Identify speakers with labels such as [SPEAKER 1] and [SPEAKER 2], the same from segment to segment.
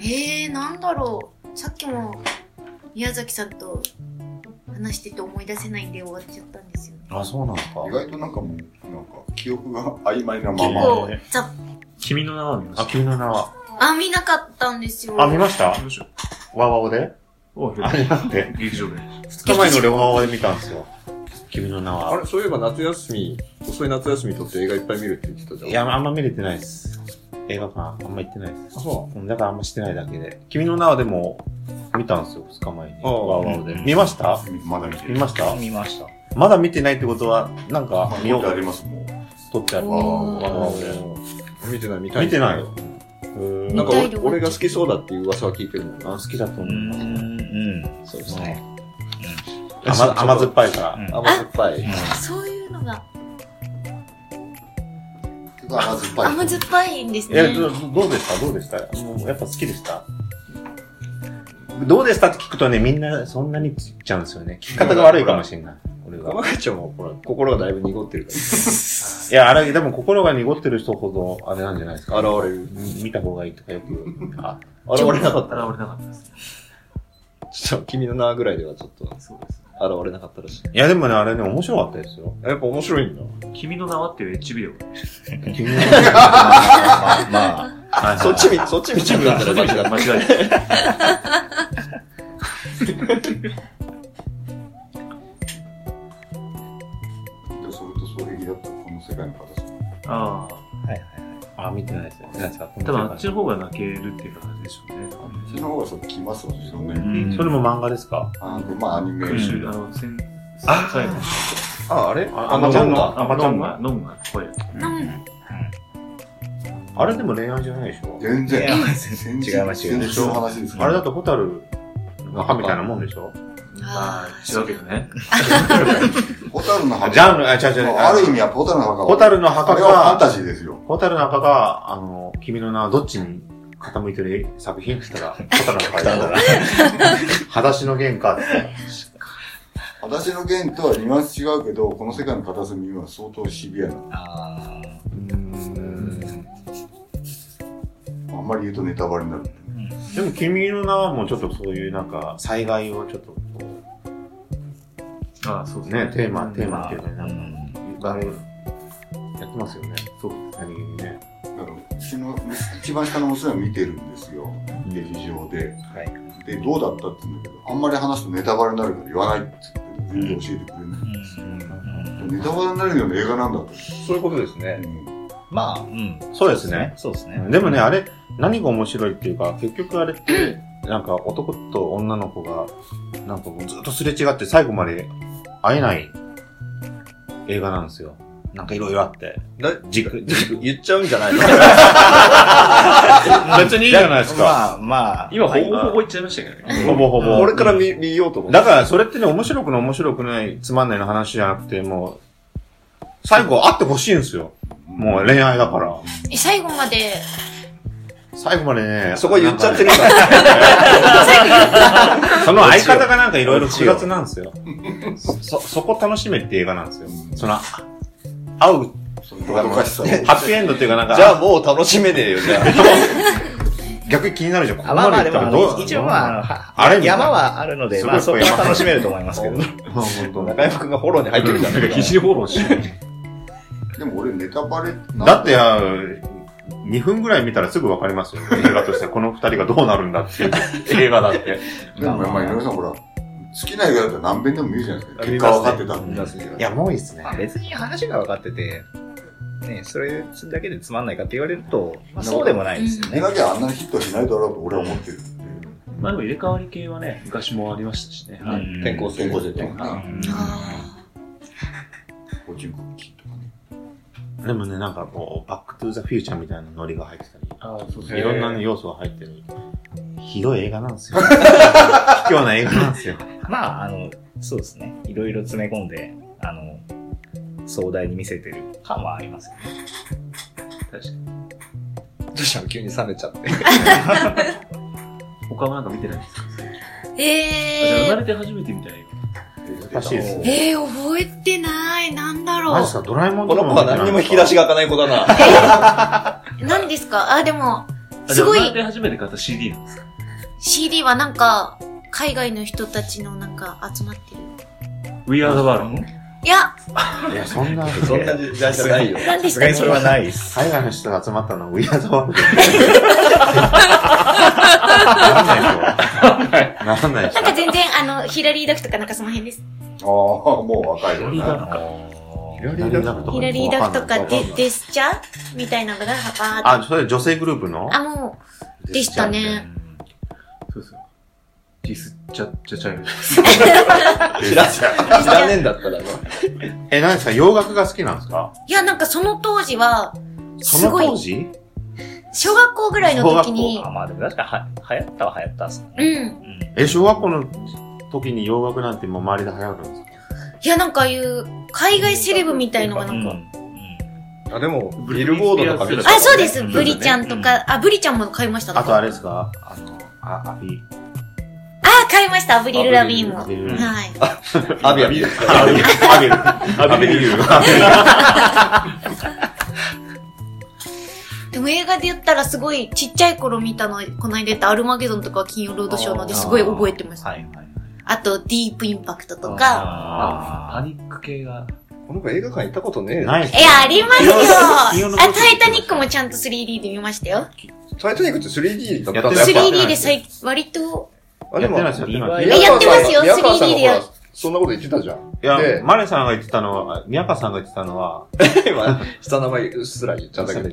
[SPEAKER 1] えー、なんだろう。さっきも宮崎さんと話してて思い出せないんで終わっちゃったんですよね。
[SPEAKER 2] あ、そうなんですか
[SPEAKER 3] 意外となんかもう、なんか、記憶が曖昧なま
[SPEAKER 1] 結
[SPEAKER 3] ま。
[SPEAKER 1] 構、ざ
[SPEAKER 4] 君の名は見ま
[SPEAKER 2] あ、
[SPEAKER 4] し
[SPEAKER 2] 君の名は。
[SPEAKER 1] あ、見なかったんですよ。
[SPEAKER 2] あ、見ました
[SPEAKER 4] た。見ましょう。
[SPEAKER 2] わわおで
[SPEAKER 4] おい、
[SPEAKER 2] あれなんで
[SPEAKER 4] 劇場で。
[SPEAKER 2] 二日前の俺わわおで見たんですよ。君の名
[SPEAKER 5] あ
[SPEAKER 2] は。
[SPEAKER 5] れ、そういえば夏休み、遅い夏休み撮って映画いっぱい見るって言ってたじゃん。
[SPEAKER 2] い、や、あんま見れてないです。映画館、あんま行ってないです。
[SPEAKER 5] あ、そ
[SPEAKER 2] うんだからあんましてないだけで。君の名はでも、見たんですよ、2日前に。
[SPEAKER 5] ああ
[SPEAKER 2] わーわーで
[SPEAKER 6] うん
[SPEAKER 2] 見ました
[SPEAKER 3] まだ見て
[SPEAKER 2] 見
[SPEAKER 3] る。
[SPEAKER 2] ました
[SPEAKER 6] 見ました。
[SPEAKER 2] まだ見てないってことは、なんか
[SPEAKER 3] まあ、
[SPEAKER 2] 見よう
[SPEAKER 3] 見てあります、もう。
[SPEAKER 2] 撮ってある。
[SPEAKER 1] お
[SPEAKER 2] わー
[SPEAKER 1] ー
[SPEAKER 2] わーわ
[SPEAKER 5] う。見てない、見た
[SPEAKER 2] ー
[SPEAKER 5] い。
[SPEAKER 2] 見てないよ。
[SPEAKER 5] なんか
[SPEAKER 1] 見たい
[SPEAKER 5] 俺
[SPEAKER 1] よ
[SPEAKER 5] 俺が好きそうだっていう噂は聞いてるんだよ
[SPEAKER 2] あ好
[SPEAKER 5] な。
[SPEAKER 2] きだと思
[SPEAKER 6] うー
[SPEAKER 2] う。
[SPEAKER 6] ん、うん、そうですね。
[SPEAKER 2] 甘甘酸っぱいから。
[SPEAKER 6] うん
[SPEAKER 5] 甘酸っぱい。
[SPEAKER 1] そういうのが
[SPEAKER 3] 結構甘酸っぱい。
[SPEAKER 1] 甘酸っぱいんです
[SPEAKER 2] いや、
[SPEAKER 1] ね。
[SPEAKER 2] どどうでしたどうでしたもうやっぱ好きでしたどうでしたって聞くとね、みんなそんなにつっちゃうんですよね。聞き方が悪いかもしれない。俺が
[SPEAKER 5] 細。かいちゃんもほら、心がだいぶ濁ってるか
[SPEAKER 2] いや、あれ、でも心が濁ってる人ほど、あれなんじゃないですか。
[SPEAKER 5] ら。現れる。
[SPEAKER 2] み見た方がいいとかよく。あ、
[SPEAKER 5] 現れなかっ
[SPEAKER 4] 現れ
[SPEAKER 5] た。
[SPEAKER 4] なかったです。
[SPEAKER 5] ちょっと君の名ぐらいではちょっと現
[SPEAKER 4] そうです。
[SPEAKER 5] れなかったらしい。
[SPEAKER 2] いや、でもね、あれね、面白かったですよ。
[SPEAKER 5] やっぱ面白いんだ。
[SPEAKER 4] 君の名はっていうエッジビデオ。
[SPEAKER 2] 君の名は
[SPEAKER 6] まあ、
[SPEAKER 5] そっち見、そっち見ちゃうんだったらマジだ。
[SPEAKER 4] 間違え
[SPEAKER 3] でそれと衝撃だったこの世界の形
[SPEAKER 4] あ
[SPEAKER 2] はいはい。あ、見てないですよ。なんですか
[SPEAKER 4] あ。多分あっちの方が泣けるっていう感じでしょうね。
[SPEAKER 3] そっちの方がそれ来ますよ
[SPEAKER 4] う
[SPEAKER 3] ね。
[SPEAKER 4] ん
[SPEAKER 2] それも漫画ですか
[SPEAKER 3] あで、まあアニメ
[SPEAKER 4] 空襲、あの、戦、最後の。
[SPEAKER 2] あ、あれあ、
[SPEAKER 4] あ
[SPEAKER 2] まちゃん
[SPEAKER 4] の、
[SPEAKER 2] だ。
[SPEAKER 4] あ
[SPEAKER 2] あま
[SPEAKER 4] ま
[SPEAKER 2] ち
[SPEAKER 4] ち
[SPEAKER 2] ゃ
[SPEAKER 4] ゃ
[SPEAKER 2] ん
[SPEAKER 4] ん
[SPEAKER 2] だ
[SPEAKER 4] が、。ノンが、これ。
[SPEAKER 1] なん
[SPEAKER 2] あれでも恋愛じゃないでしょ
[SPEAKER 3] 全然。全
[SPEAKER 6] 違います違
[SPEAKER 3] 全
[SPEAKER 6] いま
[SPEAKER 3] 然
[SPEAKER 6] す
[SPEAKER 3] 違う話です
[SPEAKER 2] あれだとホタルの歯みたいなもんでしょ
[SPEAKER 4] まあ、違うけどね。
[SPEAKER 3] ホタルの
[SPEAKER 2] あ
[SPEAKER 3] 墓。
[SPEAKER 2] ジャンル、あ、違う違う違う。
[SPEAKER 3] ある意味はホタルの墓は。
[SPEAKER 2] ホタルの墓
[SPEAKER 3] あれはファンタ
[SPEAKER 2] か、
[SPEAKER 3] ジーですよ。
[SPEAKER 2] ホタルの墓が、あの、君の名はどっちに傾いてる作品って言ったら、ホタルの墓だな。 裸足の弦かって。
[SPEAKER 3] 私の弦とはニュアンス違うけど、この世界の片隅は相当シビアな。
[SPEAKER 6] あー
[SPEAKER 2] うん
[SPEAKER 3] あんまり言うとネタバレになる。
[SPEAKER 2] でも君の名はもうちょっとそういうなんか、災害をちょっとこ
[SPEAKER 4] ああ、そう
[SPEAKER 2] う、
[SPEAKER 4] ですね。
[SPEAKER 2] ね、テーマ、テーマ
[SPEAKER 6] ま
[SPEAKER 2] っ
[SPEAKER 6] あ
[SPEAKER 2] ていうかね、なんか、あれ、やってますよね。そう。何気にね。
[SPEAKER 3] だから、うちの一番下の娘は見てるんですよ。劇場で。
[SPEAKER 6] はい
[SPEAKER 3] で、どうだったって言うんだけど、あんまり話すとネタバレになるから言わないって言って、全然教えてくれない。ネタバレになるような映画なんだと。
[SPEAKER 2] そういうことですね。
[SPEAKER 6] まあ、うん。
[SPEAKER 2] そうですね。
[SPEAKER 6] そうですね。
[SPEAKER 2] でもね、あれ、何が面白いっていうか、結局あれって、なんか男と女の子が、なんかもうずっとすれ違って最後まで会えない映画なんですよ。なんかいろいろあって。
[SPEAKER 6] だ
[SPEAKER 2] 軸、軸。
[SPEAKER 6] 言っちゃうんじゃないの
[SPEAKER 2] 別にいいじゃないですか。
[SPEAKER 6] まあまあ。
[SPEAKER 4] 今、ほぼほぼ
[SPEAKER 6] ぼ。
[SPEAKER 4] いっちゃいましたけどね。
[SPEAKER 2] ほぼほぼ。
[SPEAKER 6] これから見見ようと思って。
[SPEAKER 2] だから、それってね、面白くない、面白くない、つまんないの話じゃなくて、もう、最後会ってほしいんですよ。もう恋愛だから。
[SPEAKER 1] え最後まで、
[SPEAKER 2] 最後までね。
[SPEAKER 6] そこ言っちゃってる
[SPEAKER 2] なん
[SPEAKER 6] から。
[SPEAKER 2] かねその相方がなんかいろいろ複雑なんですよ。そ、そこ楽しめって映画なんですよ。その、会う、
[SPEAKER 3] もどかしさを。
[SPEAKER 2] ハッピーエンドっていうかなんか、
[SPEAKER 6] じゃあもう楽しめねえよ、じゃあ。
[SPEAKER 2] 逆に気になるじゃん。ここ
[SPEAKER 6] あまあ
[SPEAKER 2] ま
[SPEAKER 6] まあ、
[SPEAKER 2] で
[SPEAKER 6] で
[SPEAKER 2] 行った
[SPEAKER 6] もあ
[SPEAKER 2] ら
[SPEAKER 6] の
[SPEAKER 2] ど、う
[SPEAKER 6] 一応まああの、は
[SPEAKER 2] あれみたいな
[SPEAKER 6] 山はあるので、
[SPEAKER 2] すごい
[SPEAKER 6] まあそこ
[SPEAKER 2] 山
[SPEAKER 6] は楽しめると思いま すけど。
[SPEAKER 2] まあ本当
[SPEAKER 6] 中山くんがフォローに入ってるじゃない
[SPEAKER 4] 必死にフォローしてる。
[SPEAKER 3] でも俺ネタバレなん
[SPEAKER 2] だって、あ2分ぐらい見たらすぐわかりますよ。映画として、この二人がどうなるんだっていう、映画だっ て。
[SPEAKER 3] でもまあ、井上さんほら、好きな映画だったら何遍でも見るじゃないですか。結果分かってたんで。
[SPEAKER 2] いや、もういいっすね
[SPEAKER 6] まあ、別に話が分かってて、ね、それだけでつまんないかって言われると、まあ、そうでもないですよ
[SPEAKER 3] 寝
[SPEAKER 6] ね。
[SPEAKER 3] なきゃあんなにヒットしないだろうと俺は思ってる。
[SPEAKER 4] まあでも入れ替わり系はね、昔もありましたしね。はい。
[SPEAKER 6] うん
[SPEAKER 2] 健康
[SPEAKER 3] 健康性とかね。
[SPEAKER 1] あ
[SPEAKER 3] コチンコキとかね。
[SPEAKER 2] でもね、なんかこう、バックトゥーザフューチャーみたいなノリが入ってたり、
[SPEAKER 4] ああ、そうです
[SPEAKER 2] いろんな、ね、要素が入ってる、ひどい映画なん ですよ。卑怯な映画なんですよ。
[SPEAKER 6] まあ、あの、そうですね。いろいろ詰め込んで、あの、壮大に見せてる感はありますよね。
[SPEAKER 4] 確かに。
[SPEAKER 6] どうしたの急に冷めちゃって。
[SPEAKER 4] 他はなんか見てないですか
[SPEAKER 1] ー
[SPEAKER 4] あじゃあ生
[SPEAKER 1] え
[SPEAKER 4] まれて初めてみたいな。
[SPEAKER 2] 難しいです
[SPEAKER 1] ー、
[SPEAKER 2] ね。
[SPEAKER 1] えー、覚えてない。なんだろ
[SPEAKER 2] マジです
[SPEAKER 1] う。
[SPEAKER 2] かドラえもん
[SPEAKER 6] この子は何にも引き出し
[SPEAKER 2] が。
[SPEAKER 6] が開かない子だな。
[SPEAKER 1] 何ですかあ、でも、
[SPEAKER 4] あ
[SPEAKER 1] すごい
[SPEAKER 4] じゃあ生まれて初めて買った CD なんですか
[SPEAKER 1] CD はなんか、海外の人たちのなんか集まってる。
[SPEAKER 4] ?We Are the World。
[SPEAKER 1] いや、
[SPEAKER 2] いや、そんな、
[SPEAKER 6] そ
[SPEAKER 2] そ
[SPEAKER 6] ん
[SPEAKER 2] ん
[SPEAKER 6] な
[SPEAKER 2] な、
[SPEAKER 6] 時代じゃないよ。
[SPEAKER 1] 何で
[SPEAKER 6] さ
[SPEAKER 1] した
[SPEAKER 6] すが
[SPEAKER 1] っけ
[SPEAKER 6] にそれはないです。
[SPEAKER 2] 海外の人が集まったのはウィアードワールド。なんないでしょ。なんないでし
[SPEAKER 1] なんか全然、あの、ヒラリーダフとかなんかその辺です。
[SPEAKER 3] ああ、もう若いよ
[SPEAKER 4] リー
[SPEAKER 3] ね。
[SPEAKER 4] ダーか。
[SPEAKER 2] ょ。ヒラリーダフとか
[SPEAKER 1] ヒラリーダフとかで、
[SPEAKER 2] で。
[SPEAKER 1] デスチャみたいなのが、バーって。
[SPEAKER 2] あ、それ女性グループの
[SPEAKER 1] あ、もう、でしたね。
[SPEAKER 4] そうそう。ディスっちゃっちゃちゃいました。
[SPEAKER 6] 知らん、知らねえんだったらな。
[SPEAKER 2] え、何ですか洋楽が好きなんですか
[SPEAKER 1] いや、なんかその当時は、
[SPEAKER 2] そ
[SPEAKER 1] す
[SPEAKER 2] の
[SPEAKER 1] ごい
[SPEAKER 2] 当時
[SPEAKER 1] 小学校ぐらいの時に
[SPEAKER 6] あ、、まあでも確かには流行ったは流行ったっすね。
[SPEAKER 1] うん。
[SPEAKER 6] うん
[SPEAKER 2] え、小学校の時に洋楽なんてもう周りで流行るんですか
[SPEAKER 1] いや、なんかああいう、海外セレブみたいのがなんか、
[SPEAKER 7] あ、でも、
[SPEAKER 4] ブリ
[SPEAKER 7] ビルボードとか見てた
[SPEAKER 1] あ、そうです。
[SPEAKER 6] うん
[SPEAKER 1] ブリちゃんとか、あ、ブリちゃんも買いました。
[SPEAKER 2] あとあれですかあの、あ、アビ。
[SPEAKER 1] あ、買いました。アブリル・ラビーンも。
[SPEAKER 2] ア
[SPEAKER 1] は
[SPEAKER 2] ブリルラビーン
[SPEAKER 1] い。
[SPEAKER 6] アビアビ。
[SPEAKER 2] アビ、アビル。アビル。アビル。
[SPEAKER 1] でも映画で言ったらすごいちっちゃい頃見たの、この間言ったアルマゲドンとか金曜ロードショーのですごい覚えてます。あ
[SPEAKER 6] はいはいはい。
[SPEAKER 1] と、ディープインパクトとか。
[SPEAKER 4] あパ
[SPEAKER 6] あ
[SPEAKER 4] ニック系が。
[SPEAKER 7] この子映画館行ったことねえ
[SPEAKER 2] ない
[SPEAKER 7] な。
[SPEAKER 2] っす
[SPEAKER 1] いや、ありますよ
[SPEAKER 2] 金曜の
[SPEAKER 1] あ、
[SPEAKER 2] ロードショー
[SPEAKER 1] タイタニックもちゃんと 3D で見ましたよ。
[SPEAKER 7] タイタニックって 3D だったんだ
[SPEAKER 2] やっぱ
[SPEAKER 1] 3D で最、割と、
[SPEAKER 7] あ、でも、
[SPEAKER 2] やってないですよやってない
[SPEAKER 1] えやってますよ
[SPEAKER 7] 宮川さん
[SPEAKER 1] 3D でや
[SPEAKER 7] がほらそんなこと言ってたじゃん。
[SPEAKER 2] いや
[SPEAKER 7] で、
[SPEAKER 2] マレさんが言ってたのは、宮川さんが言ってたのは、
[SPEAKER 7] 今、下の名前うっすら言っちゃったけど。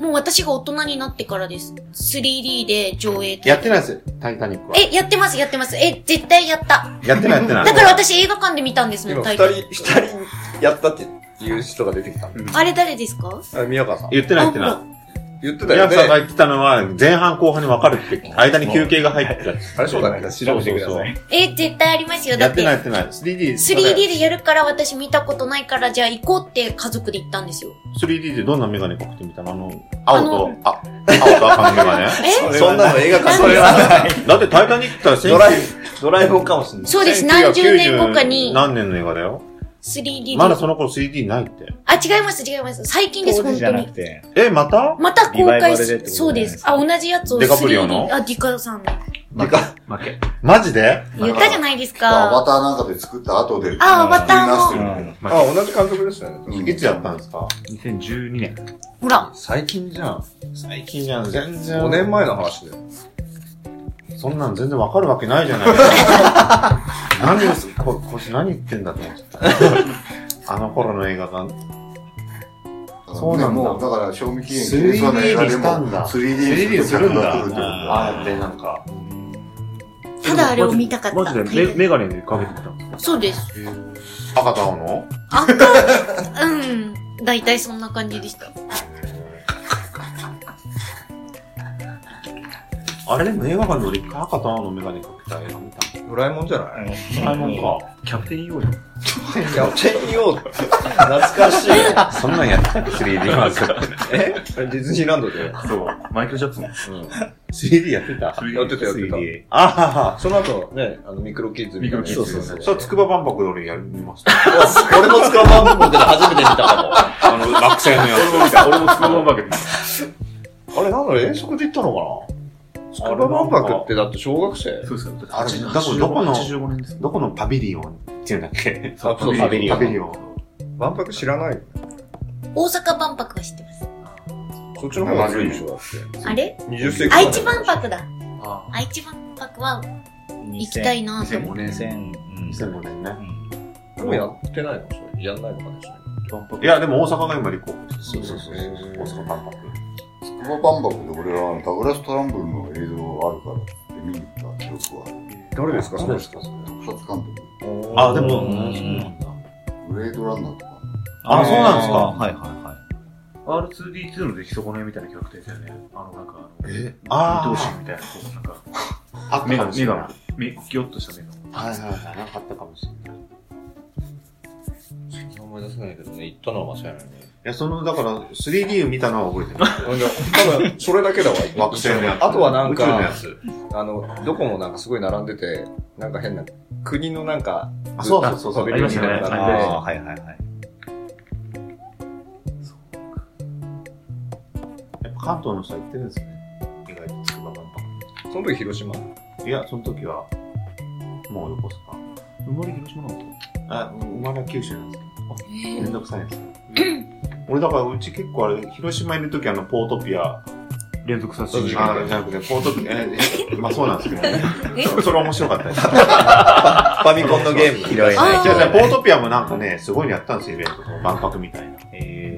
[SPEAKER 1] もう私が大人になってからです。3D で上映
[SPEAKER 2] やってないですよ、タイタニックは。
[SPEAKER 1] え、やってます、やってます。え、絶対やった。
[SPEAKER 2] やってない、やってない
[SPEAKER 1] だ。から私映画館で見たんですも
[SPEAKER 7] 今、
[SPEAKER 1] ん、
[SPEAKER 7] 二
[SPEAKER 1] イトル
[SPEAKER 7] 人、二人やったっていう人が出てきた。
[SPEAKER 1] あれ誰ですか
[SPEAKER 7] あ宮川さん。
[SPEAKER 2] 言ってない、言ってない。
[SPEAKER 7] 言ってた
[SPEAKER 2] 宮
[SPEAKER 7] よ
[SPEAKER 2] 川さんが
[SPEAKER 7] ね。
[SPEAKER 2] 言ってたのは、前半後半に分かるって、間に休憩が入ってた。
[SPEAKER 7] あれそうだね。
[SPEAKER 6] 調べてください。
[SPEAKER 1] え、絶対ありますよ。だ
[SPEAKER 2] や
[SPEAKER 1] っ
[SPEAKER 2] っててない、やってない。3D。
[SPEAKER 1] 3D でやるから私見たことないから、じゃあ行こうって家族で行ったんですよ。
[SPEAKER 2] 3D でどんなメガネかけてみたのあの、青と、あ、青と赤のメガネ
[SPEAKER 1] え
[SPEAKER 7] そんなの映画館
[SPEAKER 1] それ
[SPEAKER 7] は、
[SPEAKER 2] だってタイタニックって
[SPEAKER 7] ドライ、 ドラえもんかもしんない。
[SPEAKER 1] そうです、何十年後かに
[SPEAKER 2] 何年の映画だよ
[SPEAKER 1] 3D で。
[SPEAKER 2] まだその頃 3D ないって。
[SPEAKER 1] あ、違います、違います。最近です、
[SPEAKER 6] 当
[SPEAKER 1] 本
[SPEAKER 6] 時じゃ
[SPEAKER 1] 当
[SPEAKER 6] な
[SPEAKER 1] に
[SPEAKER 6] く。て、
[SPEAKER 2] え、また
[SPEAKER 1] また公
[SPEAKER 6] リバイ
[SPEAKER 1] 開
[SPEAKER 6] バルでってこと
[SPEAKER 1] す、
[SPEAKER 6] じゃ
[SPEAKER 1] そ
[SPEAKER 6] ない
[SPEAKER 1] うです。あ、同じやつを 3D
[SPEAKER 2] デカプリオの
[SPEAKER 1] あ、ディカさんの。
[SPEAKER 3] なんか、
[SPEAKER 4] 負け。
[SPEAKER 2] マジで
[SPEAKER 1] 言ったじゃないです
[SPEAKER 3] アバ
[SPEAKER 1] か。
[SPEAKER 3] ターなんかで作った後で、
[SPEAKER 1] あアバターの
[SPEAKER 3] 作り直してるみ
[SPEAKER 7] あ、同じ監督ですよね。
[SPEAKER 3] うん
[SPEAKER 2] いつやったんですか
[SPEAKER 4] 2012年。
[SPEAKER 1] ほら。
[SPEAKER 7] 最近じゃん。
[SPEAKER 2] 最近じゃん、全然。
[SPEAKER 7] 5年前の話で。
[SPEAKER 2] そんなん全然わかるわけないじゃない何をす、こ、こいつ何言ってんだと思っちゃった。あの頃の映画が。
[SPEAKER 3] たいな
[SPEAKER 2] そうなんだ
[SPEAKER 3] ねもうだから、賞味期限切
[SPEAKER 2] 3D
[SPEAKER 3] れそうな映画で
[SPEAKER 2] にし
[SPEAKER 3] も
[SPEAKER 2] たんだ
[SPEAKER 3] 3D にすると客が来るってこ
[SPEAKER 2] あ
[SPEAKER 3] とだ
[SPEAKER 2] あや
[SPEAKER 3] よ
[SPEAKER 2] っ
[SPEAKER 3] ね
[SPEAKER 2] てなんか。
[SPEAKER 1] ただあれを見たかった
[SPEAKER 4] マジでマジでメメガネでかけてみたの
[SPEAKER 1] そうです。
[SPEAKER 2] 赤と青の
[SPEAKER 1] 赤、うん。大体そんな感じでした。
[SPEAKER 2] あれでも映画館で俺一回赤と青のメガネかけた映画見た
[SPEAKER 7] ドラえもんじゃない
[SPEAKER 2] の。あれも
[SPEAKER 4] キャプテンヨーヨー。
[SPEAKER 7] キャプテンヨーって懐かしい。
[SPEAKER 2] か。 そんなんやってたっけ 3D マーク。
[SPEAKER 7] えディズニーランドで。
[SPEAKER 4] そう。マイケル・ジャクソン。
[SPEAKER 2] 3D やってた。
[SPEAKER 7] やってたやってた。
[SPEAKER 6] 3D。
[SPEAKER 2] あはは。
[SPEAKER 7] その後ね、あの、ミクロキッズみたいなや
[SPEAKER 4] ミ
[SPEAKER 7] つ
[SPEAKER 4] クロキッズ
[SPEAKER 7] そう
[SPEAKER 2] そ、
[SPEAKER 7] そうう
[SPEAKER 2] つ
[SPEAKER 7] そう。
[SPEAKER 2] くば万博で俺やりました。
[SPEAKER 7] 俺も使う番組で初めて見たか
[SPEAKER 2] あの、学生のや
[SPEAKER 4] 俺もスクローバーケッ
[SPEAKER 7] も。あれなんだろう、遠足で行ったのかなスクバ万博ってだって小学生
[SPEAKER 4] そうですよ。
[SPEAKER 2] あれだからどこの
[SPEAKER 4] 85年で す
[SPEAKER 2] つ。どこのパビリオンっていうんだっけ
[SPEAKER 7] あそう
[SPEAKER 2] パ
[SPEAKER 7] パ
[SPEAKER 2] ビリ
[SPEAKER 7] ビ
[SPEAKER 2] オン。
[SPEAKER 7] リオン
[SPEAKER 2] パビリオン。
[SPEAKER 7] 万博知らないよ
[SPEAKER 1] 大阪万博は知ってます。
[SPEAKER 7] そっちの方が古いでしょ、だって。
[SPEAKER 1] あれ
[SPEAKER 7] 20世紀
[SPEAKER 1] 愛知万博だ。
[SPEAKER 4] あ
[SPEAKER 1] 愛知万博は行
[SPEAKER 6] 行
[SPEAKER 1] きたいなと思
[SPEAKER 4] 2005
[SPEAKER 1] っ
[SPEAKER 4] 年。
[SPEAKER 6] 2000、
[SPEAKER 2] 2005年ね
[SPEAKER 6] う。ん。
[SPEAKER 7] もうやってないのそれやんないのかねそれ
[SPEAKER 2] いや、でも大阪が今立候補してる
[SPEAKER 7] そうそうそうそう
[SPEAKER 2] 大阪万博。
[SPEAKER 3] 筑波万博で俺らのダグラス・トランブルの映像あるからって見に行った記憶はある。
[SPEAKER 7] 誰ですか
[SPEAKER 2] 誰ですかそれ
[SPEAKER 3] 特撮監督、
[SPEAKER 2] あ、でも、
[SPEAKER 6] うん
[SPEAKER 3] ブレードランナーとか。
[SPEAKER 2] あ、そうなんです
[SPEAKER 6] あ
[SPEAKER 2] か。
[SPEAKER 6] はいはいはい。
[SPEAKER 4] R2D2 の出来損ねみたいなキャラクターだよね。あの、なんか、
[SPEAKER 2] え
[SPEAKER 4] あの、
[SPEAKER 2] あ
[SPEAKER 4] 見通しみたいな、こう、なんか、
[SPEAKER 2] あ、あ
[SPEAKER 4] 目
[SPEAKER 2] か
[SPEAKER 4] が、
[SPEAKER 2] もし
[SPEAKER 4] 目
[SPEAKER 2] れない
[SPEAKER 4] が、目、ギョッとした目が。
[SPEAKER 2] はいはいはい、なんかあったかもしれない。い
[SPEAKER 7] 思い出せないけどね行ったのは間違いないね
[SPEAKER 2] や、その、だから、3D を見たのは覚え てる。
[SPEAKER 7] 多分それだけだわ
[SPEAKER 2] 惑星のやつ。
[SPEAKER 7] あとはなん
[SPEAKER 2] 宇宙のや
[SPEAKER 7] か
[SPEAKER 2] つ。
[SPEAKER 7] あのどこもなんかすごい並んでてなんか変な国のなんか
[SPEAKER 2] あ、そうそうそうそう。
[SPEAKER 7] パビ
[SPEAKER 4] あ
[SPEAKER 7] リ
[SPEAKER 4] り
[SPEAKER 7] オ
[SPEAKER 4] ま
[SPEAKER 7] ン
[SPEAKER 4] し
[SPEAKER 7] み
[SPEAKER 4] た
[SPEAKER 7] た
[SPEAKER 4] ね
[SPEAKER 7] いなの
[SPEAKER 6] あ
[SPEAKER 7] があって
[SPEAKER 6] あ、はいはいはい。
[SPEAKER 2] やっぱ関東の人は行ってるんですね。意外と筑波万
[SPEAKER 7] その時広島
[SPEAKER 2] 博。いや、その時は、もう横須賀。
[SPEAKER 4] 生まれ広島なの
[SPEAKER 2] あ、生まれは九州なんですけど。めん
[SPEAKER 1] て。
[SPEAKER 2] どくさいんですよ。俺だから、うち結構あれ、広島いる時あの、ポートピア、
[SPEAKER 4] 連続殺
[SPEAKER 2] そ
[SPEAKER 4] 人
[SPEAKER 2] う
[SPEAKER 4] 事
[SPEAKER 2] じ
[SPEAKER 4] 件。
[SPEAKER 2] ゃなくて、ポートピア、えー まあそうなんですけどね。そそれ面白かったです。
[SPEAKER 7] ファミコンのゲーム
[SPEAKER 6] 広いね
[SPEAKER 1] あー
[SPEAKER 2] 違う違う、ポートピアもなんかね、すごいのやったんですよ、イベント。万博みたいな。
[SPEAKER 6] え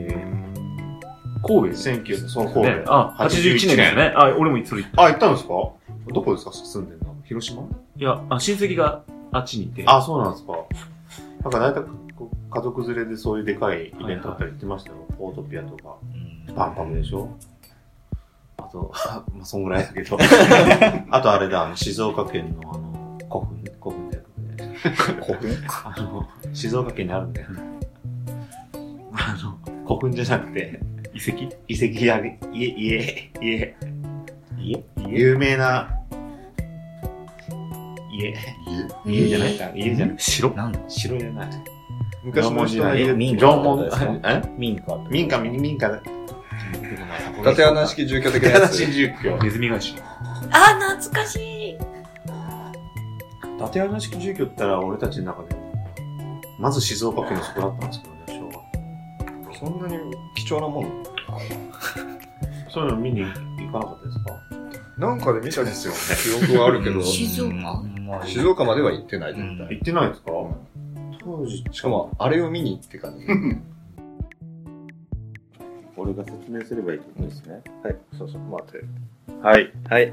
[SPEAKER 4] 神戸です
[SPEAKER 2] 1 9そう、神
[SPEAKER 4] ね。
[SPEAKER 2] 戸。
[SPEAKER 4] あ、81年ですね。あ、俺もそれ行った。
[SPEAKER 2] あ、行ったんですかどこですか住んでんの広島
[SPEAKER 4] いや、あ親戚があっちにいて。
[SPEAKER 2] あ、そうなんですか。なんか大体、こう家族連れでそういうでかいイベントだったり行ってましたよ。ポートピアとか、万博でしょあと、 まあ、そんぐらいだけ ど。あとあれだ、あの静岡県のあの、古墳、古墳大学で。
[SPEAKER 6] 古墳
[SPEAKER 2] あの、静岡県にあるんだよね。 あの、古墳じゃなくて、
[SPEAKER 4] 遺跡
[SPEAKER 2] 遺跡やげ、家、家、家、
[SPEAKER 6] 家
[SPEAKER 2] 有名な、家、家じゃないか、家じゃない。
[SPEAKER 6] 白なんだ
[SPEAKER 2] 城じゃない。
[SPEAKER 7] 昔の人の
[SPEAKER 6] 縄文時
[SPEAKER 7] 家
[SPEAKER 6] 代
[SPEAKER 2] 民
[SPEAKER 6] 民
[SPEAKER 2] 家。
[SPEAKER 6] 家
[SPEAKER 2] 縄文
[SPEAKER 6] ってことです、
[SPEAKER 2] え
[SPEAKER 6] 民家
[SPEAKER 2] 民家、民民家だ。
[SPEAKER 7] 縦穴式住居的なやつ
[SPEAKER 2] 縦穴式住居。
[SPEAKER 4] ネズミ返し。
[SPEAKER 1] あー、懐かしい。
[SPEAKER 2] 縦穴式住居って言ったら俺たちの中で、まず静岡県のそこだったんですけどね、小学校
[SPEAKER 7] そんなに貴重なもの
[SPEAKER 2] そういうの見に行かなかったですか
[SPEAKER 7] なんかで見たんですよ。記憶はあるけど、静
[SPEAKER 1] 静岡
[SPEAKER 7] 岡までは行ってない絶
[SPEAKER 8] うん
[SPEAKER 7] 対。
[SPEAKER 4] 行ってないですか
[SPEAKER 7] 当時、しかもあれを見に行って感じ。
[SPEAKER 2] 俺が説明すればいいってことですね。はい。そうそう、待って。はい。
[SPEAKER 9] はい。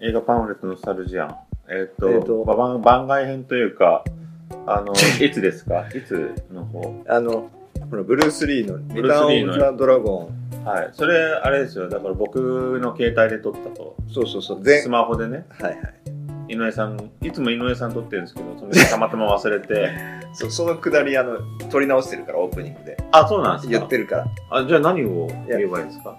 [SPEAKER 2] 映画パンフレットノスタルジアン。えっ、と、
[SPEAKER 9] えーと
[SPEAKER 2] ば番番外編というか、あの、いつですかいつの方
[SPEAKER 9] あの、ほら、ブルース・リーの、リ
[SPEAKER 2] ルー
[SPEAKER 9] タ
[SPEAKER 2] スリ
[SPEAKER 9] ー
[SPEAKER 2] ー
[SPEAKER 9] ン・
[SPEAKER 2] の
[SPEAKER 9] オブ・ザ・ドラゴン。
[SPEAKER 2] はい。それ、あれですよ。だから僕の携帯で撮ったと。
[SPEAKER 9] そうそうそう、全
[SPEAKER 2] ス、マホでね、
[SPEAKER 9] はいはい。
[SPEAKER 2] 井上さん、いつも井上さん撮ってるんですけど、その時たまたま忘れて。
[SPEAKER 9] そうそのくだり、あの、撮り直してるから、オープニングで。
[SPEAKER 2] あ、そうなんですか
[SPEAKER 9] 言ってるから。
[SPEAKER 2] あ、じゃあ何を言えばいいんですか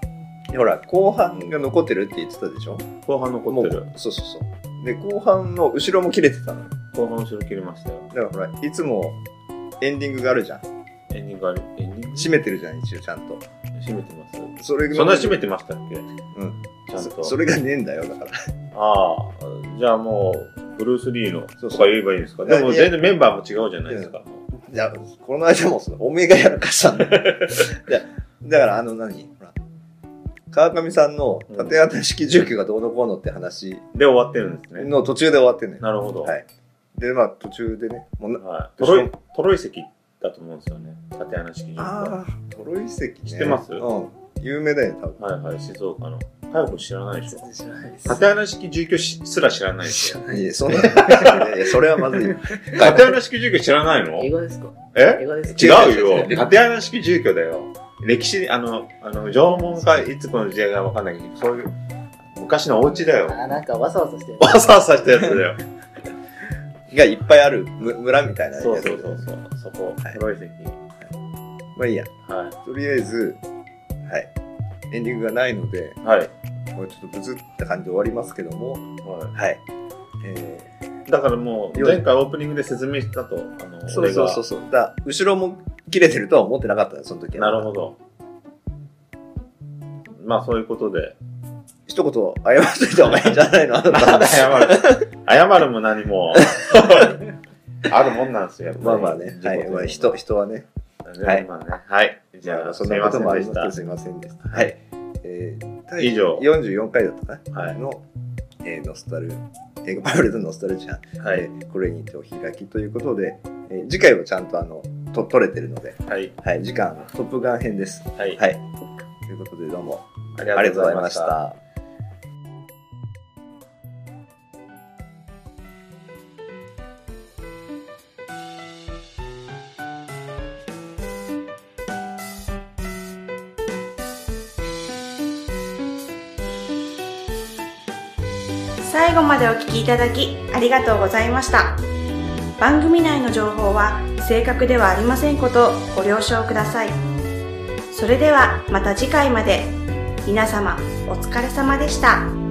[SPEAKER 9] ほら、後半が残ってるって言ってたでしょ
[SPEAKER 2] 後半残
[SPEAKER 9] も
[SPEAKER 2] っ
[SPEAKER 9] う
[SPEAKER 2] てる。、
[SPEAKER 9] そうそうそう。で、後半の後ろも切れてたのよ。
[SPEAKER 2] 後半後ろ切りましたよ。
[SPEAKER 9] だからほら、いつもエンディングがあるじゃん。
[SPEAKER 2] エンディングあり、エンディング
[SPEAKER 9] 締めてるじゃん、一応ちゃんと。
[SPEAKER 2] 閉めてます。
[SPEAKER 9] それ
[SPEAKER 2] そんな閉
[SPEAKER 9] め
[SPEAKER 2] めてましたっけ
[SPEAKER 9] うん。
[SPEAKER 2] ちゃんと。
[SPEAKER 9] そそれがねえんだよ、だから。
[SPEAKER 2] ああ、じゃあもう、ブルース・リーの
[SPEAKER 9] そ
[SPEAKER 2] と
[SPEAKER 9] うそう
[SPEAKER 2] か言えばいいんですかでも
[SPEAKER 9] いや
[SPEAKER 2] 全然メンバーも違うじゃないですか。
[SPEAKER 9] いや、この間もその、おめえがやらか したんだよ。いや、だからあの何、ほら、川上さんの縦型式住居がどうのこうのって話
[SPEAKER 2] で、終わってるんですね。
[SPEAKER 9] の途中で終わってんのよ。
[SPEAKER 2] なるほど。
[SPEAKER 9] はい。で、まあ途中でね、もうな、
[SPEAKER 2] はいトロイ、トロイ席だと思うんですよね。縦穴式場は
[SPEAKER 9] ああ、トロイ遺跡ね。
[SPEAKER 2] 知ってます
[SPEAKER 9] うん。有名だよ、多分。
[SPEAKER 2] いはい、静岡の。早く知らないでしょ。
[SPEAKER 9] 知らないです
[SPEAKER 2] 縦穴式住居しすら知らないでしょ。
[SPEAKER 9] いや、そんなの。いやいや、それはまずいよ。
[SPEAKER 2] 縦穴式住居知らないの
[SPEAKER 6] 映画ですか
[SPEAKER 2] え
[SPEAKER 6] 映画ですか
[SPEAKER 2] 違うよ。縦穴式住居だよ。歴史、あの、あの、縄文かいつこの時代かわかんないけど、そういう、昔のお家だ
[SPEAKER 6] あ
[SPEAKER 2] よ。
[SPEAKER 6] ーなんかわさわさしてる。
[SPEAKER 2] わさわさしたやつだ よ。
[SPEAKER 9] がいっぱいあるむ村みたいなやつ。
[SPEAKER 2] そうそうそうそう。そこ、トロイ席。
[SPEAKER 9] まあいいや。
[SPEAKER 2] は
[SPEAKER 9] とりあえず、はい。エンディングがないので、
[SPEAKER 2] い。はい。
[SPEAKER 9] もうちょっとブツって感じで終わりますけども、
[SPEAKER 2] はい
[SPEAKER 9] はい。え
[SPEAKER 2] だからもう、前回オープニングで説明したと、あの、
[SPEAKER 9] ー、
[SPEAKER 2] 俺が。
[SPEAKER 9] そう。だから後ろも切れてるとは思ってなかったね、その時は
[SPEAKER 2] なるほ。ど。まあ、そういうこと で。
[SPEAKER 9] 一言謝っといた方がいいんじゃ ないのあなた
[SPEAKER 2] 謝る。謝るも 何も。あるもんなんですよ、やっぱり
[SPEAKER 9] まあまあね。はい。まあ、。人、人はね。
[SPEAKER 2] はい。まあね。はい。じゃ
[SPEAKER 9] ま
[SPEAKER 2] あ、
[SPEAKER 9] そ
[SPEAKER 2] す
[SPEAKER 9] ん
[SPEAKER 2] み
[SPEAKER 9] なこ
[SPEAKER 2] ま
[SPEAKER 9] と
[SPEAKER 2] せん
[SPEAKER 9] もあ
[SPEAKER 2] で
[SPEAKER 9] りま
[SPEAKER 2] し
[SPEAKER 9] すけど。すいませ
[SPEAKER 2] た
[SPEAKER 9] んでした。はい。えー、第
[SPEAKER 2] 以上
[SPEAKER 9] 44回だったかな、
[SPEAKER 2] はい
[SPEAKER 9] の、えーノスタル、映画パブレットノスタルジアン。
[SPEAKER 2] は
[SPEAKER 9] え
[SPEAKER 2] い。
[SPEAKER 9] ーこれにてお開きということで、えー次回はちゃんとあの、と、取れてるので、
[SPEAKER 2] はい。
[SPEAKER 9] はい。次回はトップガン編です。
[SPEAKER 2] はい。
[SPEAKER 9] はい。ということで、どうも
[SPEAKER 2] あり
[SPEAKER 9] ありがとうございまし。た。
[SPEAKER 10] 最後までお聞きいただきありがとうございました番組内の情報は正確ではありませんことをご了承くださいそれではまた次回まで皆様お疲れ様でした。